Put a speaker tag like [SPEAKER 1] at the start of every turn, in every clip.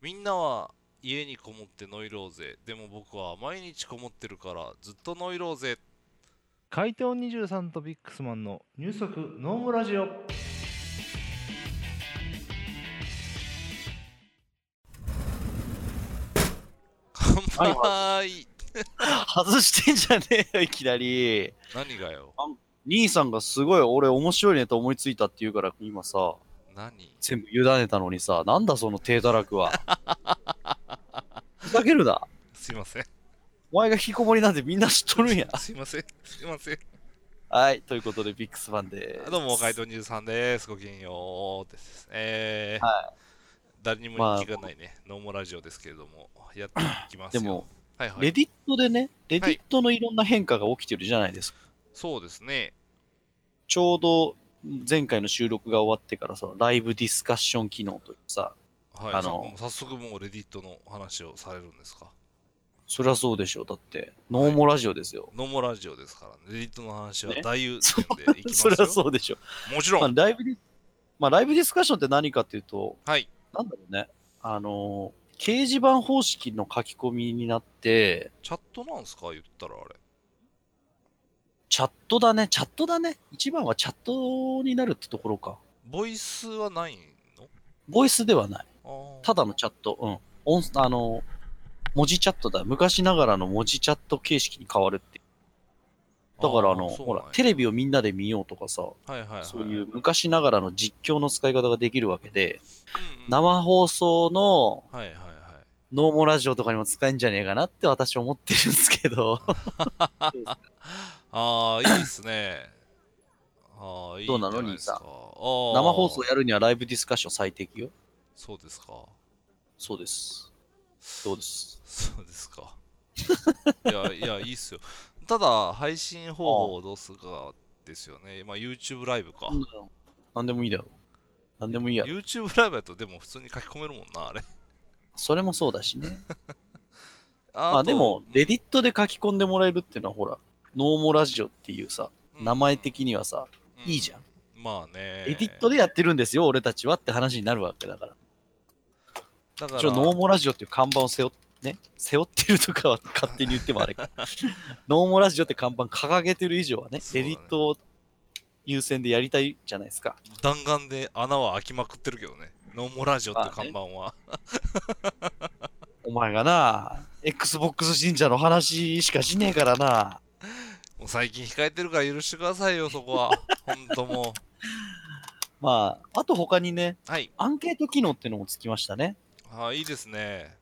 [SPEAKER 1] みんなは家にこもってノイローゼでも僕は毎日こもってるからずっとノイローゼ
[SPEAKER 2] 怪盗23とビックスマンの入足ノームラジオ
[SPEAKER 1] 乾杯
[SPEAKER 3] 外してんじゃねえよ、いきなり。
[SPEAKER 1] 何がよ
[SPEAKER 3] 兄さんがすごい俺面白いネタ思いついたって言うから今さ、
[SPEAKER 1] 何
[SPEAKER 3] 全部委ねたのにさ、なんだその低堕落は。ふざけるな。
[SPEAKER 1] すいません
[SPEAKER 3] お前が引きこもりなんてみんな知っとるんや。
[SPEAKER 1] すいませんすいません
[SPEAKER 3] はい、ということでビックスマンで
[SPEAKER 1] あ
[SPEAKER 3] す。
[SPEAKER 1] どうも怪盗23ですごきげんようですえー誰にも
[SPEAKER 3] まあ
[SPEAKER 1] 人気がないね、ノーモラジオですけれどもやっていきますよ
[SPEAKER 3] でも、
[SPEAKER 1] はいは
[SPEAKER 3] レ
[SPEAKER 1] い、
[SPEAKER 3] ディットでね、レディットのいろんな変化が起きてるじゃないですか。
[SPEAKER 1] そうですね
[SPEAKER 3] ちょうど前回の収録が終わってからさ、ライブディスカッション機能というさ、
[SPEAKER 1] はい
[SPEAKER 3] あの
[SPEAKER 1] さもう早速もうレディットの話をされるんですか
[SPEAKER 3] そりゃそうでしょう。だって、ノーモラジオですよ。
[SPEAKER 1] ノーモラジオですから、ね、レディットの話は
[SPEAKER 3] ね
[SPEAKER 1] 大優先でいきます
[SPEAKER 3] そ
[SPEAKER 1] よ
[SPEAKER 3] りゃそうでしょう。
[SPEAKER 1] もちろん、
[SPEAKER 3] まあ、ライブディス、まあ、ライブディスカッションって何かっていうと、
[SPEAKER 1] はい。
[SPEAKER 3] なんだろうね。あのー掲示板方式の書き込みになって、
[SPEAKER 1] チャットなんすか言ったらあれ。
[SPEAKER 3] チャットだね、チャットだね。一番はチャットになるってところか。
[SPEAKER 1] ボイスはないの
[SPEAKER 3] ボイスではない。
[SPEAKER 1] あー
[SPEAKER 3] ただのチャット。うん。音声あのー文字チャットだ。昔ながらの文字チャット形式に変わるっていう。だからあの、
[SPEAKER 1] ーそう
[SPEAKER 3] ほ
[SPEAKER 1] なん
[SPEAKER 3] ら
[SPEAKER 1] や、
[SPEAKER 3] テレビをみんなで見ようとかさ、
[SPEAKER 1] はいはいはい、
[SPEAKER 3] そういう昔ながらの実況の使い方ができるわけで、
[SPEAKER 1] うんうん、
[SPEAKER 3] 生放送の
[SPEAKER 1] はいはいはい。
[SPEAKER 3] ノーモラジオとかにも使えんじゃねえかなって私思ってるんですけど、
[SPEAKER 1] ああ、いいですね。 ああ、いいんじ
[SPEAKER 3] ど
[SPEAKER 1] ゃ
[SPEAKER 3] うなの
[SPEAKER 1] ないですか。
[SPEAKER 3] 兄
[SPEAKER 1] あ
[SPEAKER 3] さ
[SPEAKER 1] ー
[SPEAKER 3] 生放送やるにはライブディスカッション最適よ。
[SPEAKER 1] そうですか。
[SPEAKER 3] そうです。どうです。
[SPEAKER 1] そうですか。いや、いや、いいっすよ。ただ、配信方法をどうするかですよね。まあ、YouTube ライブか。
[SPEAKER 3] なんでもいいだろう。なんでもいいやろ。
[SPEAKER 1] YouTube ライブやと、でも普通に書き込めるもんな、あれ。
[SPEAKER 3] それもそうだしね。
[SPEAKER 1] あ
[SPEAKER 3] ま
[SPEAKER 1] と
[SPEAKER 3] あでも、レディットで書き込んでもらえるっていうのは、ほら、ノーモラジオっていうさ、
[SPEAKER 1] うん
[SPEAKER 3] 名前的にはさ、
[SPEAKER 1] うん
[SPEAKER 3] いいじゃん。
[SPEAKER 1] まあね。
[SPEAKER 3] レディットでやってるんですよ、俺たちはって話になるわけだから。
[SPEAKER 1] だから
[SPEAKER 3] 一応、ノーモラジオっていう看板を背負って、ね、背負ってるとかは勝手に言ってもあ れか。ノーモラジオって看板掲げてる以上はね、
[SPEAKER 1] そう
[SPEAKER 3] レ
[SPEAKER 1] だ
[SPEAKER 3] デ
[SPEAKER 1] ね
[SPEAKER 3] ィットを優先でやりたいじゃないですか。
[SPEAKER 1] 弾丸で穴は開きまくってるけどね。ノーモラジオって看板は。
[SPEAKER 3] お前がな、Xbox 神社の話しかしねえからな。
[SPEAKER 1] もう最近控えてるから許してくださいよ、そこ は。ほんとも
[SPEAKER 3] まあ、あと他にね、
[SPEAKER 1] う。はい。
[SPEAKER 3] アンケート機能っていうのもつきましたね。
[SPEAKER 1] あいいですね。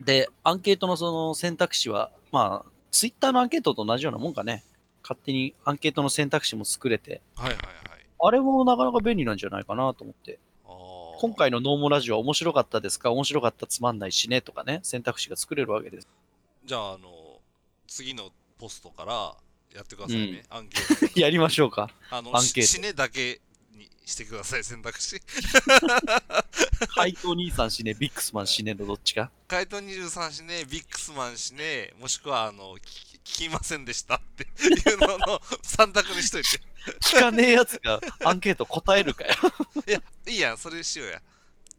[SPEAKER 3] で、アンケートのその選択肢は、まあ、Twitter のアンケートと同じようなもんかね。勝手にアンケートの選択肢も作れて、
[SPEAKER 1] はいはいはい。
[SPEAKER 3] あれもなかなか便利なんじゃないかなと思って。
[SPEAKER 1] あー
[SPEAKER 3] 今回のノーモラジオは面白かったですか面白かったつまんないしねとかね、選択肢が作れるわけです。
[SPEAKER 1] じゃあ、あの、次のポストからやってくださいね。アンケー
[SPEAKER 3] やりましょう か。
[SPEAKER 1] ト。あ の、
[SPEAKER 3] アンケート
[SPEAKER 1] し死ねだけにしてください、選択肢。
[SPEAKER 3] 怪盗兄さんしね、ビックスマンしねのどっちか。
[SPEAKER 1] カイト23死ね、ビックスマン死ね、もしくは、あの、聞き聞きませんでしたっていうのの3択にしといて。
[SPEAKER 3] 聞かねえやつがアンケート答えるか よ。
[SPEAKER 1] いや、いいやん、それしようや。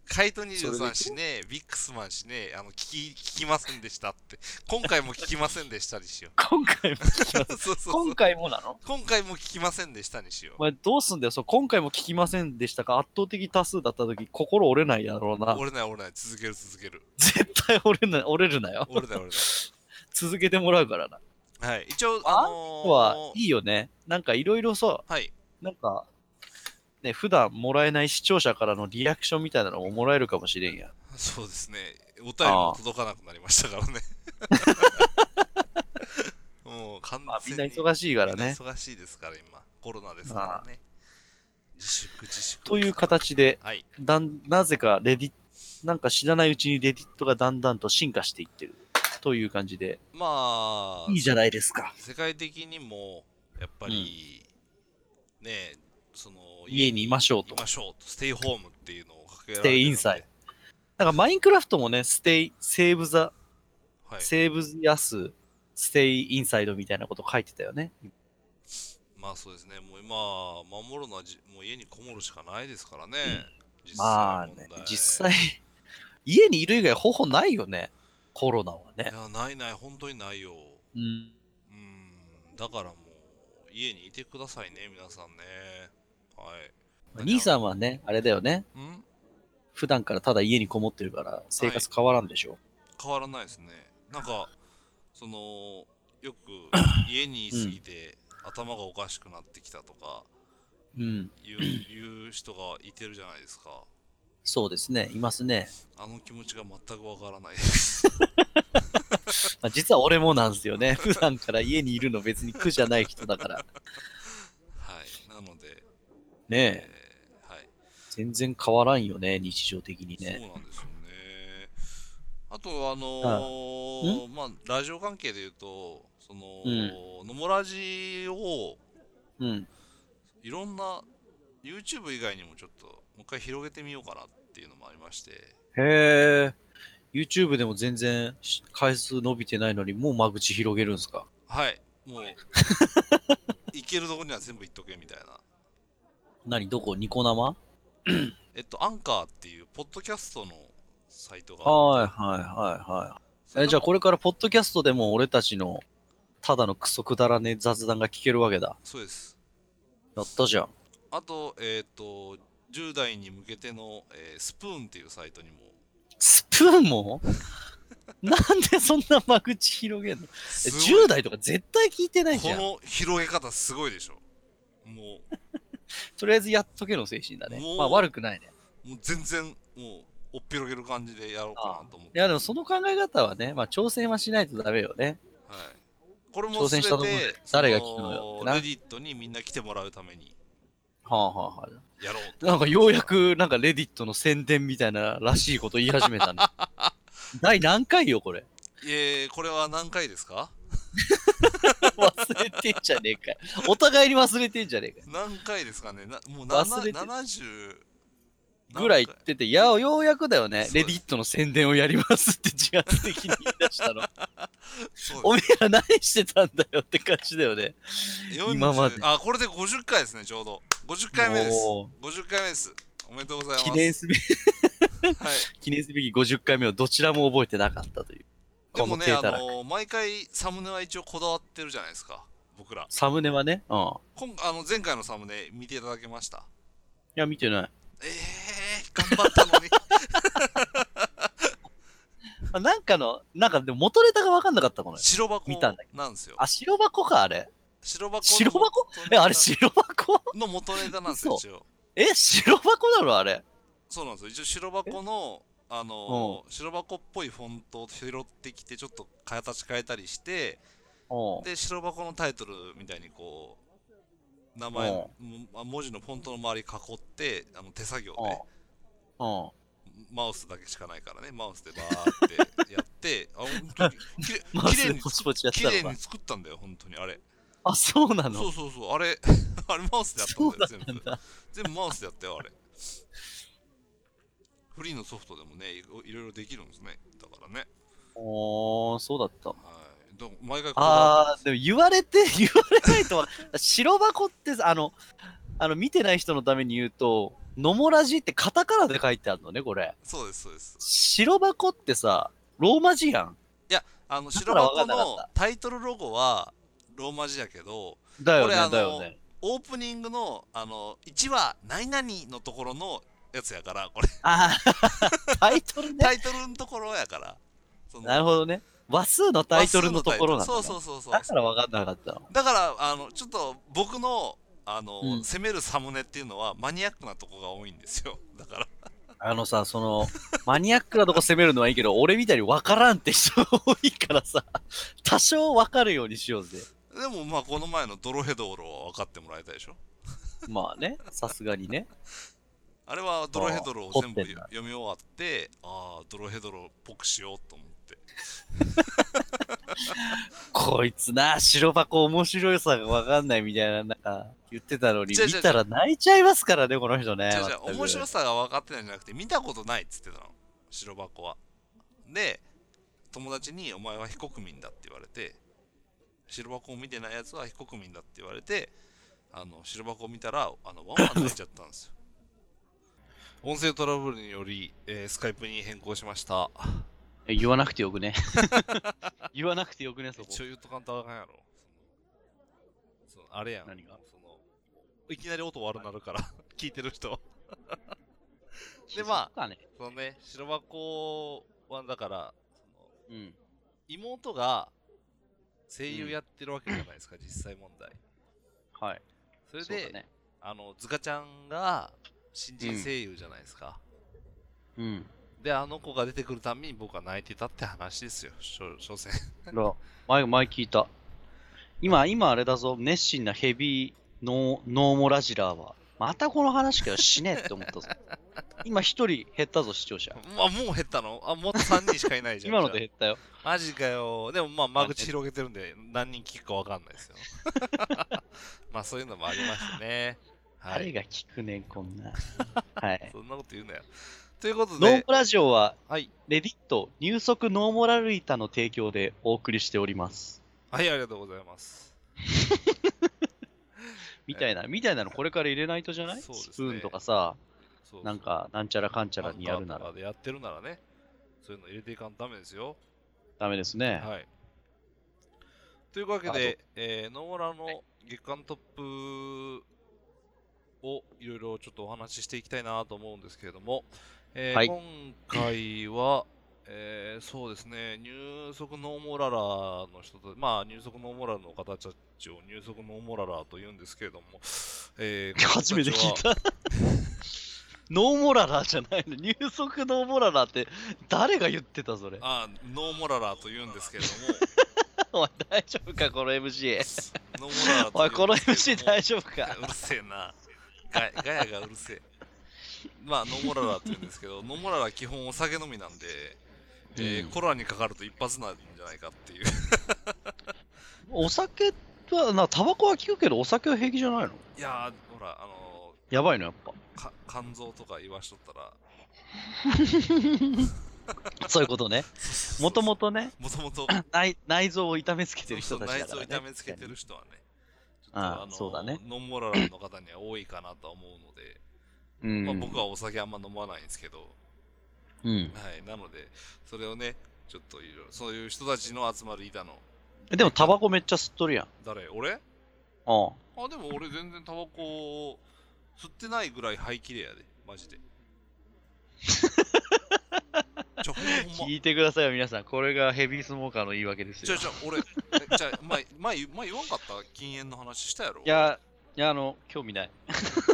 [SPEAKER 1] カイト
[SPEAKER 3] それ
[SPEAKER 1] 23
[SPEAKER 3] で
[SPEAKER 1] しね、ビックスマンしね、あの、聞き、聞きませんでしたって。今回も聞きませんでしたにしよ
[SPEAKER 3] 今回も聞きま
[SPEAKER 1] う。そうそう
[SPEAKER 3] す。
[SPEAKER 1] そう
[SPEAKER 3] 今。回もなの
[SPEAKER 1] 今回も聞きませんでしたにしよ
[SPEAKER 3] お前どうすんだよそう今回も聞きませんでしたが圧倒的多数だった時心折れないやろう
[SPEAKER 1] う。
[SPEAKER 3] な
[SPEAKER 1] 折れない折れない、続ける続ける。
[SPEAKER 3] 絶対折れない折れるなよ
[SPEAKER 1] 折れない折れ
[SPEAKER 3] 続けてもらうからな
[SPEAKER 1] ない。はい、一応、
[SPEAKER 3] あ
[SPEAKER 1] あのー、
[SPEAKER 3] はいいよねなんかいろいろさ
[SPEAKER 1] はい、
[SPEAKER 3] なんかね普段もらえない視聴者からのリアクションみたいなのももらえるかもしれんや
[SPEAKER 1] そうですね。お便りも届かなくなりましたから ね。もう完
[SPEAKER 3] まあみ
[SPEAKER 1] 全
[SPEAKER 3] ん
[SPEAKER 1] に。
[SPEAKER 3] な忙しいからね
[SPEAKER 1] みんな忙しいですから、今。コロナですからね。自粛自粛。
[SPEAKER 3] という形で
[SPEAKER 1] はい。
[SPEAKER 3] だんなぜかレディなんか知らないうちにレディットがだんだんと進化していってるという感じで
[SPEAKER 1] まあ、
[SPEAKER 3] いいじゃないですか
[SPEAKER 1] 世界的にもやっぱり、ねえその
[SPEAKER 3] 家にいましょう
[SPEAKER 1] い
[SPEAKER 3] と
[SPEAKER 1] ましょうとステイホームっていうのをかけられてる
[SPEAKER 3] ス
[SPEAKER 1] の
[SPEAKER 3] テ
[SPEAKER 1] で
[SPEAKER 3] イインサイなんかマインクラフトもねステイセーブザ
[SPEAKER 1] はい
[SPEAKER 3] セーブやす、ステイインサイドみたいなこと書いてたよね。
[SPEAKER 1] まあそうですねもう今守るのはじもう家にこもるしかないですからね、実際
[SPEAKER 3] まあね
[SPEAKER 1] 問題、
[SPEAKER 3] 実際、 家にいる以外方法ないよね。コロナはね。
[SPEAKER 1] いやないない本当にないよ
[SPEAKER 3] うん。
[SPEAKER 1] うんだからもう家にいてくださいね皆さんねはい
[SPEAKER 3] 兄さんはね、あれだよね。
[SPEAKER 1] うん
[SPEAKER 3] 普段からただ家にこもってるから生活変わらんでしょ。
[SPEAKER 1] 変わらないですねなんかそのよ く家にいすぎて頭がおかしくなってきたとか
[SPEAKER 3] うん。
[SPEAKER 1] いういう人がいてるじゃないですか
[SPEAKER 3] そうですね。いますね。
[SPEAKER 1] あの気持ちが全くわからないです
[SPEAKER 3] まあ、実は俺もなんです よね。普段から家にいるの別に苦じゃない人だから。
[SPEAKER 1] はいなので、え
[SPEAKER 3] ねえ。
[SPEAKER 1] ーはい
[SPEAKER 3] 全然変わらんよね。日常的にね。
[SPEAKER 1] そうなんですよね。あと、あのーまあ、ラジオ関係で言うと、その、野村ラジを、
[SPEAKER 3] うん。
[SPEAKER 1] いろんな、YouTube 以外にもちょっと、もう一回広げてみようかなっていうのもありまして、
[SPEAKER 3] へえ。YouTube でも全然し回数伸びてないのにもう間口広げるんすか
[SPEAKER 1] はい、 もう、いけるとこには全部いっとけみたいな。
[SPEAKER 3] 何どこニコ生
[SPEAKER 1] えっと、アンカーっていう、ポッドキャストのサイトが、
[SPEAKER 3] はいはいはいはい。えじゃあこれからポッドキャストでも俺たちのただのクソくだらねえ雑談が聞けるわけだ。
[SPEAKER 1] そうです。
[SPEAKER 3] やったじゃん。
[SPEAKER 1] あと、えっ、と、10代に向けての、えースプーンっていうサイトにも、
[SPEAKER 3] スプー ンもなんでそんな間口広げんのえ
[SPEAKER 1] すごい
[SPEAKER 3] 10代とか絶対聞いてないじ
[SPEAKER 1] こ
[SPEAKER 3] ゃん。
[SPEAKER 1] の広げ方すごいでしょも
[SPEAKER 3] とりあえずやっとけの精神だね
[SPEAKER 1] も。う
[SPEAKER 3] まあ悪くないね。
[SPEAKER 1] うもう全然もうおっぴろげる感じでやろうかなと思っ
[SPEAKER 3] い
[SPEAKER 1] て、
[SPEAKER 3] やでもその考え方はね、まあ挑戦はしないとダメよね。
[SPEAKER 1] はい、これも
[SPEAKER 3] 挑戦したところ
[SPEAKER 1] 全て
[SPEAKER 3] 誰が聞くのよって
[SPEAKER 1] そ
[SPEAKER 3] な
[SPEAKER 1] レディットにみんな来てもらうために
[SPEAKER 3] はあはあは
[SPEAKER 1] やろう
[SPEAKER 3] あ。なんかようやくなんかレディットの宣伝みたいならしいこと言い始 めたね。第何回よこれ。
[SPEAKER 1] えー、これは何回ですか
[SPEAKER 3] 忘れてんじゃねえかよ。お互いに忘れてんじゃねえかよ。
[SPEAKER 1] 何回ですかねなもう
[SPEAKER 3] 忘れて
[SPEAKER 1] 70
[SPEAKER 3] ぐら
[SPEAKER 1] 何
[SPEAKER 3] い言
[SPEAKER 1] 回
[SPEAKER 3] ってて、いや、ようやくだよね
[SPEAKER 1] そ。うで
[SPEAKER 3] レ
[SPEAKER 1] す
[SPEAKER 3] ディットの宣伝をやりますって自発的に言い出したの。
[SPEAKER 1] そう
[SPEAKER 3] おめえら何してたんだよって感じだよね。
[SPEAKER 1] です40
[SPEAKER 3] 今まで
[SPEAKER 1] あこれで50回ですねちょうど50回目です
[SPEAKER 3] も
[SPEAKER 1] 50回目ですおめでとうございます
[SPEAKER 3] 記念すべき、
[SPEAKER 1] はい
[SPEAKER 3] 記念すべき50回目をどちらも覚えてなかったという。
[SPEAKER 1] で
[SPEAKER 3] こ
[SPEAKER 1] もね
[SPEAKER 3] の手、
[SPEAKER 1] あ
[SPEAKER 3] たらく。
[SPEAKER 1] の毎回サムネは一応こだわってるじゃないですか、僕ら。
[SPEAKER 3] サムネはね。うん。い
[SPEAKER 1] 今あの前回のサムネ見ていただけました
[SPEAKER 3] や、見てない。
[SPEAKER 1] えー、頑張ったのに。
[SPEAKER 3] あなんかの、なんかでも元ネタが分かんなかったものよ。
[SPEAKER 1] 白箱
[SPEAKER 3] 見たんだ
[SPEAKER 1] なんですよ。
[SPEAKER 3] あ、白箱か、あれ。
[SPEAKER 1] 白箱の
[SPEAKER 3] 白箱
[SPEAKER 1] 元ネタ
[SPEAKER 3] え、あれ白箱
[SPEAKER 1] の元ネタなんですよ、一応。
[SPEAKER 3] え、白箱だろ、あれ。
[SPEAKER 1] そうなんですよ。一応白箱の、あの白箱っぽいフォントを拾ってきて、ちょっと形変えたりして、
[SPEAKER 3] うん。
[SPEAKER 1] で、白箱のタイトルみたいにこう、名前、
[SPEAKER 3] う
[SPEAKER 1] も文字のフォントの周り囲って、あの手作業で、
[SPEAKER 3] うん。うん。
[SPEAKER 1] マウスだけしかないからね、マウスでバーってやって、あ、本当に、きれ
[SPEAKER 3] マウ
[SPEAKER 1] きれ
[SPEAKER 3] ス
[SPEAKER 1] い
[SPEAKER 3] で
[SPEAKER 1] に
[SPEAKER 3] ポ、チポチやって
[SPEAKER 1] き
[SPEAKER 3] た
[SPEAKER 1] れい
[SPEAKER 3] の
[SPEAKER 1] に
[SPEAKER 3] か。
[SPEAKER 1] 作ったんだよ、本当に、あれ。
[SPEAKER 3] あ、そうなの
[SPEAKER 1] そうそうそう、あれ、 あれマウスでやったんだよ、全部。全部マウスでやったよ、あれ。フリーのソフトでもね、いいろいろできるんですね。だからね。
[SPEAKER 3] おー、そうだった。
[SPEAKER 1] はい。でも毎回こだ
[SPEAKER 3] あー、でも言われて、 言われないとわ、白箱ってさ、あの、あの、見てない人のために言うと、野もらじってカタカナで書いてあるのね、これ。
[SPEAKER 1] そうです、そうです。
[SPEAKER 3] 白箱ってさ、ローマ字やん。
[SPEAKER 1] あの、
[SPEAKER 3] だ
[SPEAKER 1] 白
[SPEAKER 3] からわか
[SPEAKER 1] 箱
[SPEAKER 3] んなかった
[SPEAKER 1] のタイトルロゴはローマ字やけど、
[SPEAKER 3] だよ
[SPEAKER 1] これあの
[SPEAKER 3] ね、だよね。
[SPEAKER 1] オープニングの、あの、1話、何々のところのやつやから、 これ、
[SPEAKER 3] あー、 タイトルね
[SPEAKER 1] タ。イトルのところやから。その
[SPEAKER 3] なるほどね。和数のタイトルのところなんだ。
[SPEAKER 1] そうそうそうそう。
[SPEAKER 3] だからわかんなかったの。
[SPEAKER 1] だからあのちょっと僕のあの、
[SPEAKER 3] うん
[SPEAKER 1] 攻めるサムネっていうのはマニアックなとこが多いんですよだから
[SPEAKER 3] あのさ、その、マニアックなとこ攻めるのはいいけど、俺みたいにわからんって人が多いからさ、多少わかるようにしようぜ。
[SPEAKER 1] でもまあこの前のドロヘドロは分かってもらえたでしょ
[SPEAKER 3] まあね、さすがにね。
[SPEAKER 1] あれはドロヘドロを全
[SPEAKER 3] あ
[SPEAKER 1] 部
[SPEAKER 3] ー凝ってんだ
[SPEAKER 1] 読み終わってああドロヘドロっぽくしようと思って
[SPEAKER 3] こいつな、白箱面白さがわかんないみたいな、なんか言ってたのに、
[SPEAKER 1] 違う違う
[SPEAKER 3] 見たら泣いちゃいますからね、この人ね。
[SPEAKER 1] じゃあじゃあ
[SPEAKER 3] 全く
[SPEAKER 1] 面白さが分かってないんじゃなくて見たことないっつってたの白箱はで友達に「お前は非国民だ」って言われて白箱を見てないやつは非国民だって言われてあの白箱を見たらあのワンワン泣いちゃったんですよ 音声トラブルにより、えースカイプに変更しました。
[SPEAKER 3] え言わなくて よくね。言わなくてよくね、そこ。
[SPEAKER 1] 一応言っとかんとあかんやろ。そのあれやん。
[SPEAKER 3] 何が
[SPEAKER 1] そのいきなり音悪なるから、聞いてる人。でま
[SPEAKER 3] あ。ね。
[SPEAKER 1] そのね、白箱はだから、その
[SPEAKER 3] うん。
[SPEAKER 1] 妹が声優やってるわけじゃないですか、実際問題。
[SPEAKER 3] はい。
[SPEAKER 1] それ
[SPEAKER 3] そう
[SPEAKER 1] で、
[SPEAKER 3] だね。
[SPEAKER 1] あの、ズカちゃんが新人声優じゃないですか。
[SPEAKER 3] うん。
[SPEAKER 1] で、あの子が出てくるたんびに僕は泣いてたって話ですよ、所所 詮。
[SPEAKER 3] ら、前、前聞いた。今、今あれだぞ、熱心なヘビーノーノーモラジラーは、またこの話かよ、死ねって思っ たぞ。今一人減ったぞ、視聴者。
[SPEAKER 1] あ、もう減ったのあ、もっと3人しかいないじゃん。
[SPEAKER 3] 今ので減ったよ。
[SPEAKER 1] マジかよ。でもまあ、間口広げてるんで、何人聞くかわかんない ですよ。まあ、そういうのもありましたね。は
[SPEAKER 3] 誰
[SPEAKER 1] い。
[SPEAKER 3] が聞くねん、こ んな。はい。
[SPEAKER 1] そんなこと言うなよ。ということ
[SPEAKER 3] ノー
[SPEAKER 1] で、
[SPEAKER 3] モラジオは、
[SPEAKER 1] はい。
[SPEAKER 3] レディット入足ノーモラルイタの提供でお送りしております。
[SPEAKER 1] はい、ありがとうございます。
[SPEAKER 3] みたいな、みたいなのこれから入れないとじゃない、
[SPEAKER 1] そうですね
[SPEAKER 3] スプーンとかさ、
[SPEAKER 1] そうそう
[SPEAKER 3] なん、か、なんちゃらかんちゃらにやるな
[SPEAKER 1] アンカー
[SPEAKER 3] ら
[SPEAKER 1] とかでやってるならね、そういうの入れていかんとダメですよ。
[SPEAKER 3] ダメですね。
[SPEAKER 1] はい。というわけ
[SPEAKER 3] あど
[SPEAKER 1] で、えー、野村の月間トップをいろいろちょっとお話ししていきたいなと思うんですけれども、えー
[SPEAKER 3] はい
[SPEAKER 1] 今回は、えーそうですね、入足ノーモララの人と、まあ、入足ノーモララの方たちを入足ノーモララと言うんですけれども、えー
[SPEAKER 3] 初めて聞い。た。 ノーモララじゃないの。入足ノーモララって誰が言ってたそれ。
[SPEAKER 1] あーノーモララと言うんですけれども、
[SPEAKER 3] お前大丈夫かこの MC。
[SPEAKER 1] ノーモララ
[SPEAKER 3] おい、
[SPEAKER 1] と言
[SPEAKER 3] こ
[SPEAKER 1] うん
[SPEAKER 3] の
[SPEAKER 1] ですけれども
[SPEAKER 3] MC 大丈夫か
[SPEAKER 1] うるせえな。ガガヤがうるせえ。まあ、ノモララって言うんです けど、ノモララは基本お酒飲みなんで、えー
[SPEAKER 3] うん
[SPEAKER 1] コロナにかかると一発なんじゃないかっていう。
[SPEAKER 3] お酒は、な、タバコは効くけどお酒は平気じゃないの
[SPEAKER 1] いやー、ほら、あの
[SPEAKER 3] やばいの、やっ ぱ。
[SPEAKER 1] ーか肝臓とか言わしとった ら、
[SPEAKER 3] そういうことね。もともとね、
[SPEAKER 1] もともと、
[SPEAKER 3] 内内臓を痛めつけて
[SPEAKER 1] そうそ
[SPEAKER 3] る人
[SPEAKER 1] う
[SPEAKER 3] たちだ
[SPEAKER 1] 内
[SPEAKER 3] か
[SPEAKER 1] 臓を
[SPEAKER 3] ら、ね。
[SPEAKER 1] 痛めつけてる人はね、ちょっと
[SPEAKER 3] ああ
[SPEAKER 1] のー
[SPEAKER 3] そうだね
[SPEAKER 1] ノモララの方には多いかなとは思うので、
[SPEAKER 3] うん。
[SPEAKER 1] まあ、僕はお酒あんま飲まないんですけど、
[SPEAKER 3] うん。
[SPEAKER 1] はい、なので、それをね、ちょっといろいろ、そういう人たちの集まる板の、
[SPEAKER 3] でもタバコめっちゃ吸っとるやん。
[SPEAKER 1] 誰俺
[SPEAKER 3] うん。
[SPEAKER 1] あでも俺全然タバコ吸ってないぐらい排気量やでマジ でちょほんまほんま
[SPEAKER 3] 聞いてくださいよ、皆さん。これがヘビースモーカーの言い訳です
[SPEAKER 1] ち
[SPEAKER 3] よ。
[SPEAKER 1] ょ
[SPEAKER 3] い
[SPEAKER 1] ちょ俺えじゃあ前前前言わんかった禁煙の話したやろ
[SPEAKER 3] や、いや、あの、興味ない。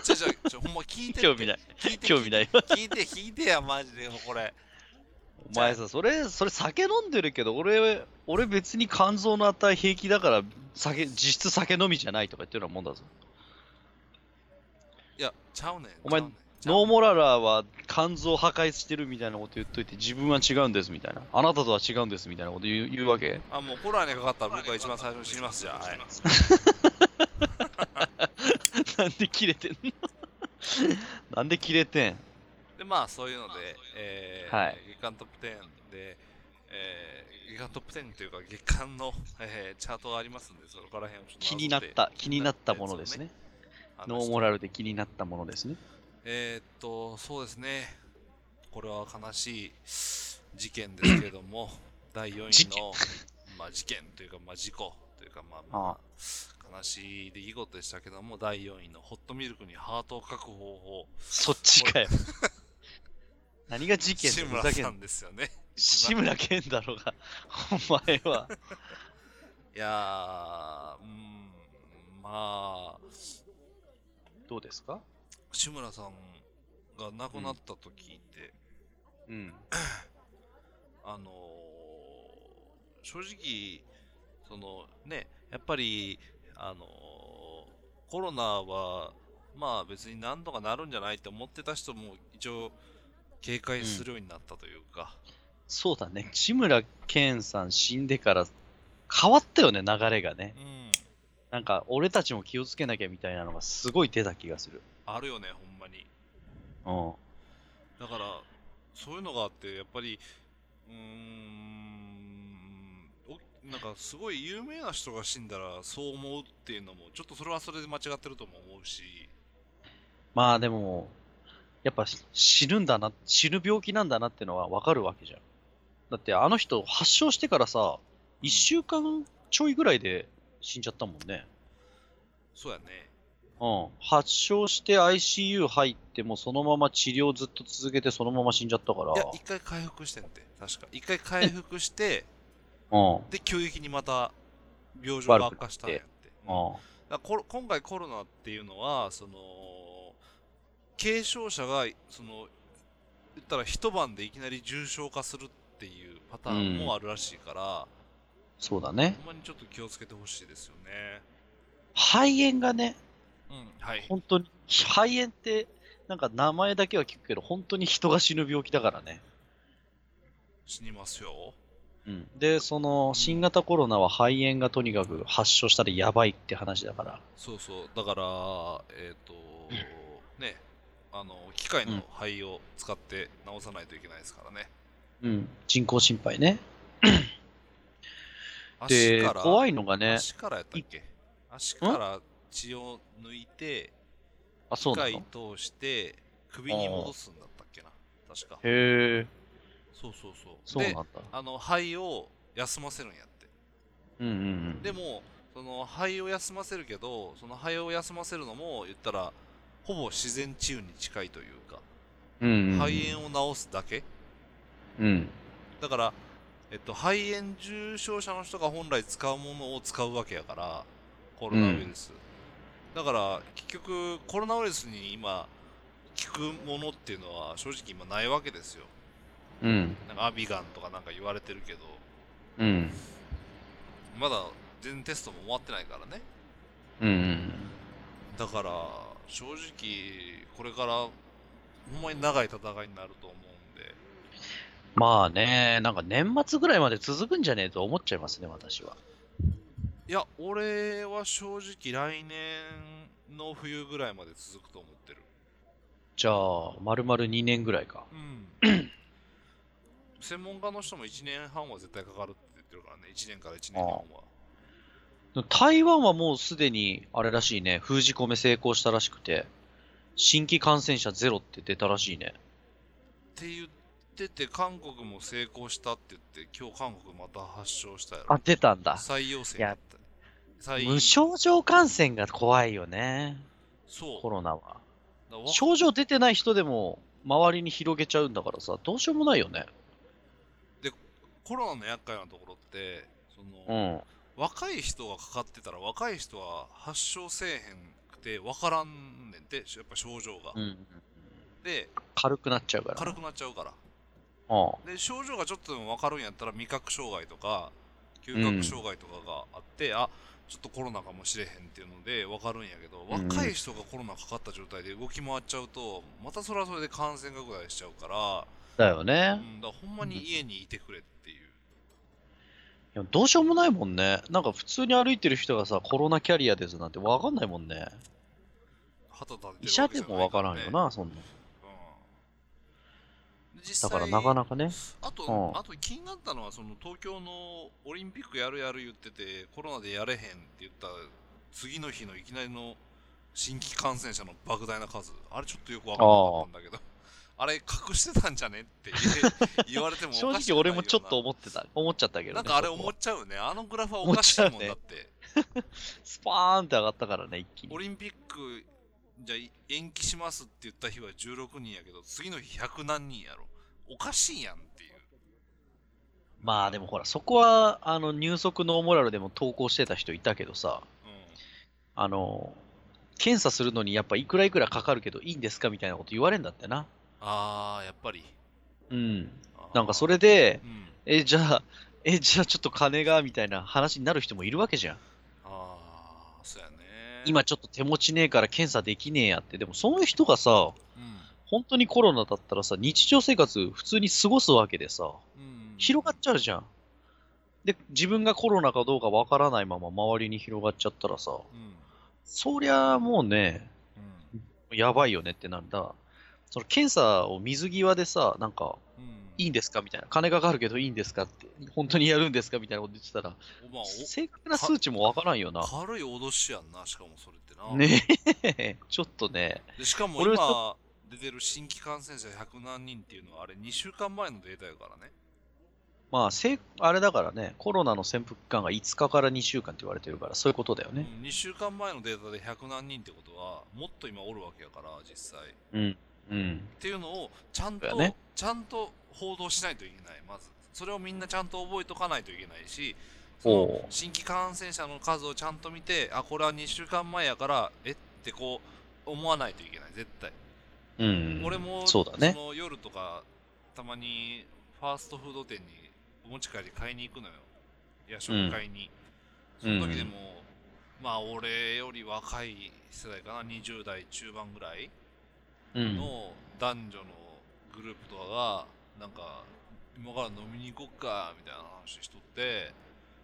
[SPEAKER 1] ちょちょちょほんま聞いてって
[SPEAKER 3] 興味ない。
[SPEAKER 1] 聞いて
[SPEAKER 3] 興味ない。
[SPEAKER 1] 聞いて聞いてやマジでもうこれ
[SPEAKER 3] お前さ、それ、それ酒飲んでるけど、俺、俺別に肝臓の値平気だから、酒、実質酒飲みじゃないとか言ってるようなもんだぞ。
[SPEAKER 1] いやちゃうねん
[SPEAKER 3] お前
[SPEAKER 1] ちゃうねんちゃう
[SPEAKER 3] ノーモララーは肝臓破壊してるみたいなこと言っといて、自分は違うんですみたいな。あなたとは違うんですみたいなこと言う言うわけ
[SPEAKER 1] あもうコロナにかかったら僕が一番最初に死にますじゃん、はい、
[SPEAKER 3] なんで切れてんの なんで切れてん
[SPEAKER 1] でまあそういうので、えー
[SPEAKER 3] はい
[SPEAKER 1] 月間トップ10で、えー月間トップ10というか月間の、えーチャートがありますんでそこら辺をちょっと
[SPEAKER 3] 気になった、気になったものですね。ノーモ
[SPEAKER 1] ラ
[SPEAKER 3] ラルで気になったものですね。
[SPEAKER 1] えーっとそうですねこれは悲しい事件ですけれど も第4
[SPEAKER 3] 事
[SPEAKER 1] 位
[SPEAKER 3] 件
[SPEAKER 1] のまあ事件というかまあ事故というかまあ
[SPEAKER 3] ああ
[SPEAKER 1] まあ悲しい出来事でしたけども第4位のホットミルクにハートを書く方法
[SPEAKER 3] そっちかよ。 何が事件だ
[SPEAKER 1] 志
[SPEAKER 3] よ
[SPEAKER 1] 村
[SPEAKER 3] ふざけん
[SPEAKER 1] さ
[SPEAKER 3] なん
[SPEAKER 1] ですよね一番
[SPEAKER 3] 志村けんだろうが、 お前は。
[SPEAKER 1] いやー、うーん、まあ、
[SPEAKER 3] どうですか
[SPEAKER 1] 志村さんが亡くなったと聞いて、
[SPEAKER 3] うん。
[SPEAKER 1] あのー正直、そのね、やっぱり、あのーコロナは、まあ別に何とかなるんじゃないって思ってた人も一応警戒するようになったというか、
[SPEAKER 3] そうだね。志村けんさん死んでから変わったよね、流れがね。
[SPEAKER 1] うん、
[SPEAKER 3] なんか、俺たちも気をつけなきゃみたいなのがすごい出た気がする。
[SPEAKER 1] あるよね、ほんまに。
[SPEAKER 3] うん。
[SPEAKER 1] だからそういうのがあってやっぱりうーんおなんかすごい有名な人が死んだらそう思うっていうのもちょっとそれはそれで間違ってるとも思うし
[SPEAKER 3] まあでも、やっぱ死ぬんだな、死ぬ病気なんだなってのはわかるわけじゃん。だってあの人発症してからさ、1週間ちょいぐらいで死んじゃったもんね。
[SPEAKER 1] そうやね。
[SPEAKER 3] うん。発症して ICU 入ってもそのまま治療ずっと続けてそのまま死んじゃったから
[SPEAKER 1] いや、。一回回復してんて、確か。一回回復して、
[SPEAKER 3] うん。
[SPEAKER 1] で、急激にまた病状が悪化したんやって。
[SPEAKER 3] うん。
[SPEAKER 1] だからコロ今回コロナっていうのはその軽症者がその言ったら一晩でいきなり重症化するっていうパターンもあるらしいから、
[SPEAKER 3] そうだね。
[SPEAKER 1] ほんまにちょっと気をつけてほしいですよね。
[SPEAKER 3] 肺炎がね、
[SPEAKER 1] うん、はい。
[SPEAKER 3] 本当に、肺炎って、なんか名前だけは聞くけど、本当に人が死ぬ病気だからね。
[SPEAKER 1] 死にますよ。
[SPEAKER 3] で、その、新型コロナは肺炎がとにかく発症したらやばいって話だから。
[SPEAKER 1] そうそう。だからえっ、とねあの機械の肺を使って治さないといけないですからね。
[SPEAKER 3] うん。人工心肺ね。
[SPEAKER 1] 足
[SPEAKER 3] で
[SPEAKER 1] か、ら
[SPEAKER 3] 怖いのがね、
[SPEAKER 1] 足からやったっけ？足から血を抜いて。
[SPEAKER 3] あ、そう
[SPEAKER 1] 機
[SPEAKER 3] なの
[SPEAKER 1] 械
[SPEAKER 3] へ
[SPEAKER 1] 通して首に戻すんだったっけな確か
[SPEAKER 3] え、
[SPEAKER 1] そうそうそう
[SPEAKER 3] そうなん
[SPEAKER 1] で
[SPEAKER 3] だ。
[SPEAKER 1] あの肺を休ませるんやって
[SPEAKER 3] うんうんうん。
[SPEAKER 1] でもその肺を休ませるけどその肺を休ませるのも言ったらほぼ自然治癒に近いというか、
[SPEAKER 3] うんうんうん、
[SPEAKER 1] 肺炎を治すだけ
[SPEAKER 3] うん。
[SPEAKER 1] だから、えっと、肺炎重症者の人が本来使うものを使うわけやからコロナウイルス、だから結局コロナウイルスに今効くものっていうのは正直今ないわけですよ
[SPEAKER 3] うん。
[SPEAKER 1] なんかアビガンとかなんか言われてるけど
[SPEAKER 3] うん。
[SPEAKER 1] まだ全然テストも終わってないからね
[SPEAKER 3] うんうん。
[SPEAKER 1] だから正直これからほんまに長い戦いになると思うんで
[SPEAKER 3] まあね、なんか年末ぐらいまで続くんじゃねえと思っちゃいますね、私は。
[SPEAKER 1] いや俺は正直来年の冬ぐらいまで続くと思ってる
[SPEAKER 3] じゃあ、丸々2年ぐらいか。
[SPEAKER 1] うん 専門家の人も1年半は絶対かかるって言ってるからね1年から1年半は
[SPEAKER 3] 台湾はもうすでに、あれらしいね、封じ込め成功したらしくて、新規感染者ゼロって出たらしいね。
[SPEAKER 1] って言ってて韓国も成功したって言って今日韓国また発症したやろ
[SPEAKER 3] あ、出たんだ。
[SPEAKER 1] 再陽性だった再
[SPEAKER 3] 無症状感染が怖いよね、
[SPEAKER 1] そう
[SPEAKER 3] コロナは。
[SPEAKER 1] だわ
[SPEAKER 3] 症状出てない人でも、周りに広げちゃうんだからさ、どうしようもないよね。
[SPEAKER 1] コロナの厄介なところってその、
[SPEAKER 3] ん。
[SPEAKER 1] 若い人がかかってたら若い人は発症せえへんくて分からんねんてやっぱ症状が、
[SPEAKER 3] うん、
[SPEAKER 1] で
[SPEAKER 3] 軽くなっちゃうから。
[SPEAKER 1] 軽くなっちゃうから
[SPEAKER 3] うん。
[SPEAKER 1] で症状がちょっとでも分かるんやったら味覚障害とか嗅覚障害とかがあって、あちょっとコロナかもしれへんっていうので分かるんやけど
[SPEAKER 3] うん
[SPEAKER 1] 若い人がコロナかかった状態で動き回っちゃうとまたそれはそれで感染拡大しちゃうから,、
[SPEAKER 3] だよね
[SPEAKER 1] う。ん、だからほんまに家にいてくれっていう、
[SPEAKER 3] いやどうしようもないもんね。なんか普通に歩いてる人がさ、コロナキャリアですなんてわかんないもんね。
[SPEAKER 1] 旗立ててるわけ
[SPEAKER 3] 医
[SPEAKER 1] じゃ
[SPEAKER 3] 者
[SPEAKER 1] ない
[SPEAKER 3] でもわからんよな、そんな。
[SPEAKER 1] うん、実
[SPEAKER 3] だ
[SPEAKER 1] 際
[SPEAKER 3] からなかなかね。
[SPEAKER 1] あと、
[SPEAKER 3] うん
[SPEAKER 1] あと気になったのはその東京のオリンピックやるやる言っててコロナでやれへんって言った次の日のいきなりの新規感染者の莫大な数あれちょっとよくわかんなかったんだけどあれ隠してたんじゃねって言われてもおかしくない
[SPEAKER 3] 正
[SPEAKER 1] ような
[SPEAKER 3] 直俺もちょっと思ってた、思っちゃったけど、ね、
[SPEAKER 1] なんかあれ
[SPEAKER 3] そこ
[SPEAKER 1] 思っ
[SPEAKER 3] は
[SPEAKER 1] ちゃうねあのグラフはおかしいもん
[SPEAKER 3] 思っちゃ
[SPEAKER 1] だ
[SPEAKER 3] うね
[SPEAKER 1] って
[SPEAKER 3] スパーンって上がったからね、一気
[SPEAKER 1] オリ
[SPEAKER 3] に。
[SPEAKER 1] ンピックじゃあ延期しますって言った日は16人やけど次の日100何人やろおかしいやんっていう
[SPEAKER 3] まあでもほら、そこは、あの、入足ノーモラルでも投稿してた人いたけどさ、あの、検査するのにやっぱいくらいくらかかるけどいいんですかみたいなこと言われんだってな。
[SPEAKER 1] ああやっぱり
[SPEAKER 3] うん。
[SPEAKER 1] あー
[SPEAKER 3] なんかそれで、
[SPEAKER 1] うん
[SPEAKER 3] え、じゃあ、え、じゃあちょっと金が、みたいな話になる人もいるわけじゃん。
[SPEAKER 1] ああそうやね
[SPEAKER 3] 今ちょっと手持ちねえから検査できねえやって。でもそういう人がさ、
[SPEAKER 1] うん、
[SPEAKER 3] 本当にコロナだったらさ、日常生活普通に過ごすわけでさ、
[SPEAKER 1] うん、
[SPEAKER 3] 広がっちゃうじゃん。で、自分がコロナかどうかわからないまま周りに広がっちゃったらさ、
[SPEAKER 1] うん、
[SPEAKER 3] そりゃもうね、
[SPEAKER 1] うん
[SPEAKER 3] やばいよねってなんだ。その検査を水際でさ、なんか、
[SPEAKER 1] うん、
[SPEAKER 3] いいんですかみたいな。金かかるけどいいんですかって。本当にやるんですかみたいなこと言ってたら、
[SPEAKER 1] おまあ
[SPEAKER 3] 正確な数値もわからんよな。
[SPEAKER 1] お軽い脅しやんなしかもそれってな、
[SPEAKER 3] ねえ、ちょっとね。
[SPEAKER 1] でしかも
[SPEAKER 3] 俺は
[SPEAKER 1] 今出てる新規感染者100何人っていうのはあれ2週間前のデータやからね
[SPEAKER 3] まあ、せいあれだからね、コロナの潜伏期間が5日から2週間って言われてるから、そういうことだよね。
[SPEAKER 1] 2週間前のデータで100何人ってことはもっと今おるわけやから実際っ
[SPEAKER 3] うん。うん。
[SPEAKER 1] ていうのをちゃん
[SPEAKER 3] そ
[SPEAKER 1] と、
[SPEAKER 3] うやね
[SPEAKER 1] ちゃんと報道しないといけないまずそれをみんなちゃんと覚えとかないといけないしその
[SPEAKER 3] おう
[SPEAKER 1] 新規感染者の数をちゃんと見てあこれは2週間前やからえってこう思わないといけない絶対
[SPEAKER 3] うん。
[SPEAKER 1] 俺も
[SPEAKER 3] そうだね。
[SPEAKER 1] の夜とかたまにファーストフード店にお持ち帰り買いに行くのよ夜食会に、
[SPEAKER 3] うん
[SPEAKER 1] その時でも、まあ俺より若い世代かな20代中盤ぐらい
[SPEAKER 3] うん。
[SPEAKER 1] の男女のグループとかがなんか今から飲みに行こっかみたいな話しとって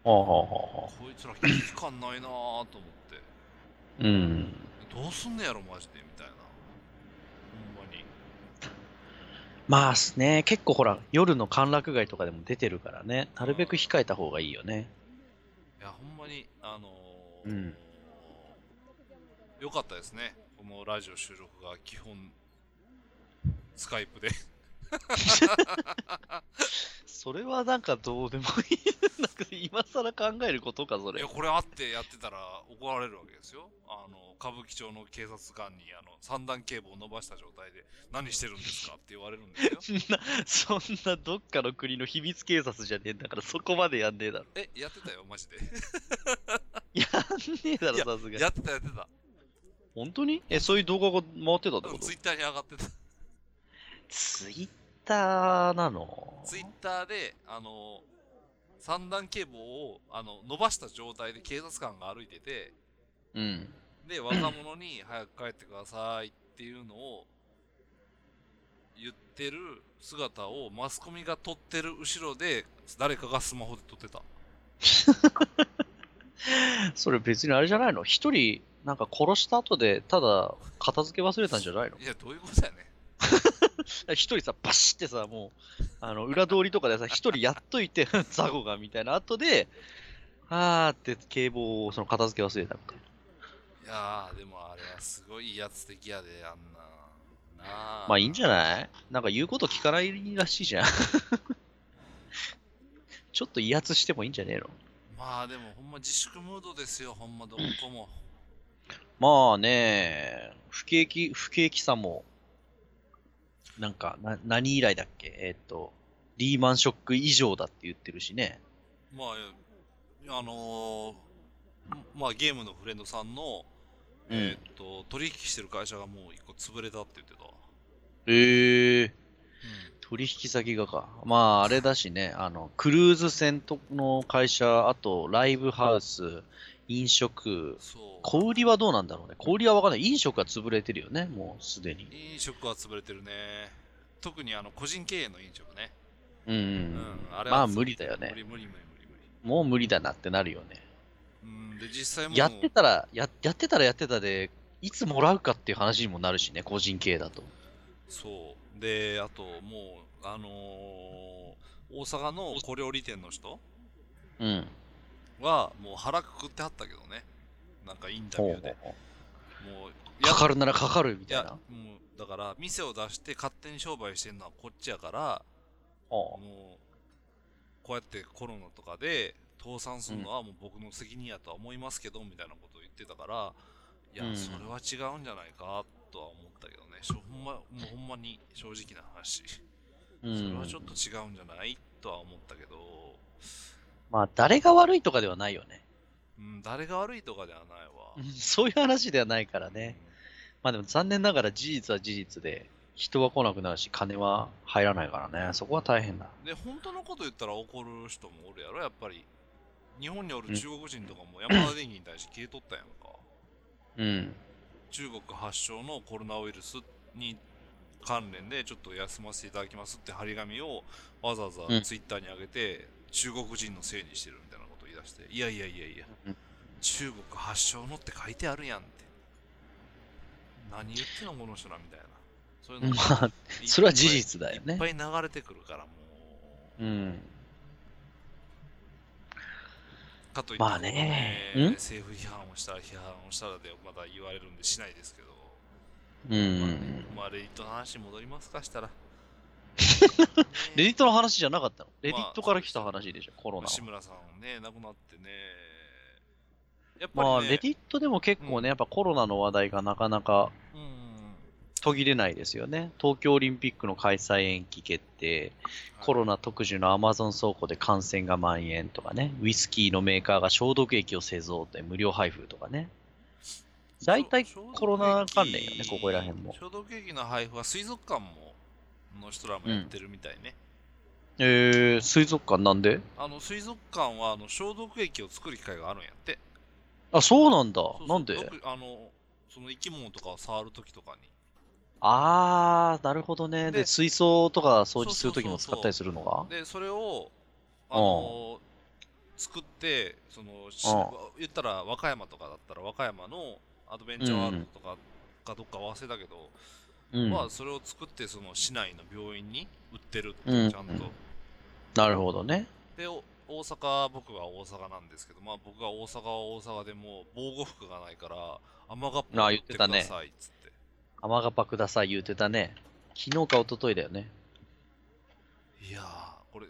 [SPEAKER 3] はあはあはあはあ。
[SPEAKER 1] こいつら危機感ないなぁと思って
[SPEAKER 3] うん。
[SPEAKER 1] どうすんねやろマジでみたいなほんまに
[SPEAKER 3] まあすね、結構ほら、夜の歓楽街とかでも出てるからね、なるべく控えた方がいいよね。
[SPEAKER 1] いや、ほんまに、あのー
[SPEAKER 3] うん
[SPEAKER 1] よかったですね。このラジオ収録が基本、スカイプで。
[SPEAKER 3] それはなんかどうでもいい。なんか今更考えることか、そ
[SPEAKER 1] い
[SPEAKER 3] れ
[SPEAKER 1] や、。これあってやってたら怒られるわけですよ。あの、歌舞伎町の警察官に、あの、三段警棒を伸ばした状態で、何してるんですかって言われるんですよ。
[SPEAKER 3] そんな、そんなどっかの国の秘密警察じゃねえんだから、そこまでやんねえだろ。
[SPEAKER 1] え、やってたよ、マジで。
[SPEAKER 3] やんねえだろ、さすが に
[SPEAKER 1] や。ってた、やってた。
[SPEAKER 3] 本当にえ、そういう動画が回ってたってこと
[SPEAKER 1] ツイッターに上がって た。
[SPEAKER 3] ツイッターなの
[SPEAKER 1] ツイッターで、あの、三段警棒を、あの、伸ばした状態で警察官が歩いてて、
[SPEAKER 3] うん。
[SPEAKER 1] で、若者 に早く帰ってくださいっていうのを言ってる姿をマスコミが撮ってる後ろで誰かがスマホで撮ってた。
[SPEAKER 3] それ別にあれじゃないの一人、なんか殺した後で、ただ、片付け忘れたんじゃないの
[SPEAKER 1] いや、どういうことやね。
[SPEAKER 3] 一人さ、バシってさ、もう、あの、裏通りとかでさ、一人やっといて、 ザゴが、みたいな後で、あーって警棒をその片付け忘れたみたい
[SPEAKER 1] いやー、でもあれはすごいやつ的やで、あんな。な
[SPEAKER 3] な。まあいいんじゃ
[SPEAKER 1] い
[SPEAKER 3] ないなんか言うこと聞かないらしいじゃん。 ちょっと威圧してもいいんじゃねえの
[SPEAKER 1] まあでもほんま自粛ムードですよ、ほんまどこ も。
[SPEAKER 3] まあね、不景気、不景気さも、なんか、な何以来だっけえーっと、リーマンショック以上だって言ってるしね。
[SPEAKER 1] まあ、あのー、まあゲームのフレンドさんの、
[SPEAKER 3] うん
[SPEAKER 1] えーっと、取引してる会社がもう一個潰れたって言ってた。
[SPEAKER 3] へえー。取引先がか。まあ、あれだしね、あの、クルーズ船との会社、あと、ライブハウス、飲食、
[SPEAKER 1] そう。
[SPEAKER 3] 小売りはどうなんだろうね。小売りはわかんない。飲食は潰れてるよね、もうすでに。
[SPEAKER 1] 飲食は潰れてるね特にあの個人経営の飲食ね
[SPEAKER 3] うんうん
[SPEAKER 1] うん、あれは
[SPEAKER 3] まあ、
[SPEAKER 1] そう
[SPEAKER 3] 無理だよね
[SPEAKER 1] 無。理無理無理無理
[SPEAKER 3] もう無理だなってなるよね。
[SPEAKER 1] 無理うんで実際もう
[SPEAKER 3] やってたらや、やってたらやってたで、いつもらうかっていう話にもなるしね、個人経営だと。
[SPEAKER 1] そうであともうあのー大阪の小料理店の人
[SPEAKER 3] うん。
[SPEAKER 1] はもう腹くくってはったけどねなんかインタビ
[SPEAKER 3] ほ
[SPEAKER 1] ュ
[SPEAKER 3] う
[SPEAKER 1] ーで
[SPEAKER 3] ほうほ
[SPEAKER 1] もう
[SPEAKER 3] うかかるならかかるみ
[SPEAKER 1] い
[SPEAKER 3] たい
[SPEAKER 1] や
[SPEAKER 3] な。
[SPEAKER 1] もうだから店を出して勝手に商売してるのはこっちやから
[SPEAKER 3] ほ
[SPEAKER 1] もうこうやってコロナとかで倒産するのはもう僕の責任やとは思いますけど、みたいなことを言ってたからいや、
[SPEAKER 3] うん
[SPEAKER 1] それは違うんじゃないかとは思ったけどねしょほん,、ま、もうほんまに正直な話、
[SPEAKER 3] うう
[SPEAKER 1] それは
[SPEAKER 3] ん
[SPEAKER 1] ちょっと違うんじゃないとは思ったけど、
[SPEAKER 3] まあ、誰が悪いとかではないよね。
[SPEAKER 1] うん、誰が悪いとかではないわ、
[SPEAKER 3] うんそういう話ではないからね。まあでも残念ながら事実は事実で、人は来なくなるし、金は入らないからね。そこは大変だ。
[SPEAKER 1] で本当のこと言ったら怒る人もおるやろやっぱり日本におる中国人とかも山田電機に対して消えとったやんか
[SPEAKER 3] うん。
[SPEAKER 1] 中国発祥のコロナウイルスに関連でちょっと休ませていただきますって張り紙をわざわ
[SPEAKER 3] う
[SPEAKER 1] ざ
[SPEAKER 3] ん
[SPEAKER 1] ツイッターに上げて、中国人のせいにしてるみたいなことを言い出していやいやいやいや、
[SPEAKER 3] うん
[SPEAKER 1] 中国発祥のって書いてあるやんって何言ってんのこの人らみたいなそういうの
[SPEAKER 3] ま
[SPEAKER 1] が
[SPEAKER 3] あ、
[SPEAKER 1] いっぱい
[SPEAKER 3] それは事実だよね
[SPEAKER 1] いっぱい流れてくるからもう
[SPEAKER 3] うん。
[SPEAKER 1] かといって
[SPEAKER 3] まあね
[SPEAKER 1] こうね
[SPEAKER 3] ん
[SPEAKER 1] 政府批判をしたら批判をしたらでまた言われるんでしないですけど
[SPEAKER 3] うんうんう
[SPEAKER 1] まあ
[SPEAKER 3] ん
[SPEAKER 1] ね。まあ、レディットの話に戻りますか したら。
[SPEAKER 3] レディ
[SPEAKER 1] ッ
[SPEAKER 3] ットの話じゃなかったのレディットから来た話でしょ、コロナは。
[SPEAKER 1] 志村さんね、亡くなってね。やっぱり、ね、
[SPEAKER 3] まあ、レディットでも結構
[SPEAKER 1] うん
[SPEAKER 3] ね、やっぱコロナの話題がなかなか
[SPEAKER 1] うん
[SPEAKER 3] 途切れないですよね。東京オリンピックの開催延期決定、コロナ特需のアマゾン倉庫で感染が蔓延とかね、ウイスキーのメーカーが消毒液を製造って無料配布とかね。大体コロナ関連よね、ここら辺も。
[SPEAKER 1] 消毒液の配布は水族館もの人らもやってるみたいね。
[SPEAKER 3] えー、水族館なんで
[SPEAKER 1] あの水族館はあの消毒液を作る機会があるんやって。
[SPEAKER 3] あ、そうなんだ。
[SPEAKER 1] そうそう
[SPEAKER 3] なんで
[SPEAKER 1] 毒あのその生き物とかを触るときとかに。
[SPEAKER 3] あー、なるほどね。
[SPEAKER 1] で
[SPEAKER 3] で、水槽とか掃
[SPEAKER 1] そう
[SPEAKER 3] 除す
[SPEAKER 1] そう
[SPEAKER 3] るときも
[SPEAKER 1] そうそう
[SPEAKER 3] 使ったりするのが
[SPEAKER 1] で、それを、あの作って、そのし
[SPEAKER 3] う
[SPEAKER 1] 言ったら和歌山とかだったら和歌山のアドベンチャーワールドとかかどっか忘れたけど、
[SPEAKER 3] うん。
[SPEAKER 1] まあそれを作ってその市内の病院に売ってるっていうちゃんと、
[SPEAKER 3] うんなるほどね。
[SPEAKER 1] でお大阪僕は大阪なんですけどまあ僕が大阪は大阪でもう防護服がないから雨がっぱ
[SPEAKER 3] あ
[SPEAKER 1] を
[SPEAKER 3] あ
[SPEAKER 1] 売っ
[SPEAKER 3] 言ってて
[SPEAKER 1] く
[SPEAKER 3] た
[SPEAKER 1] だ
[SPEAKER 3] ね
[SPEAKER 1] さいっつって
[SPEAKER 3] 甘がぱください言うてたね。昨日か一昨日だよね。
[SPEAKER 1] いやーこれ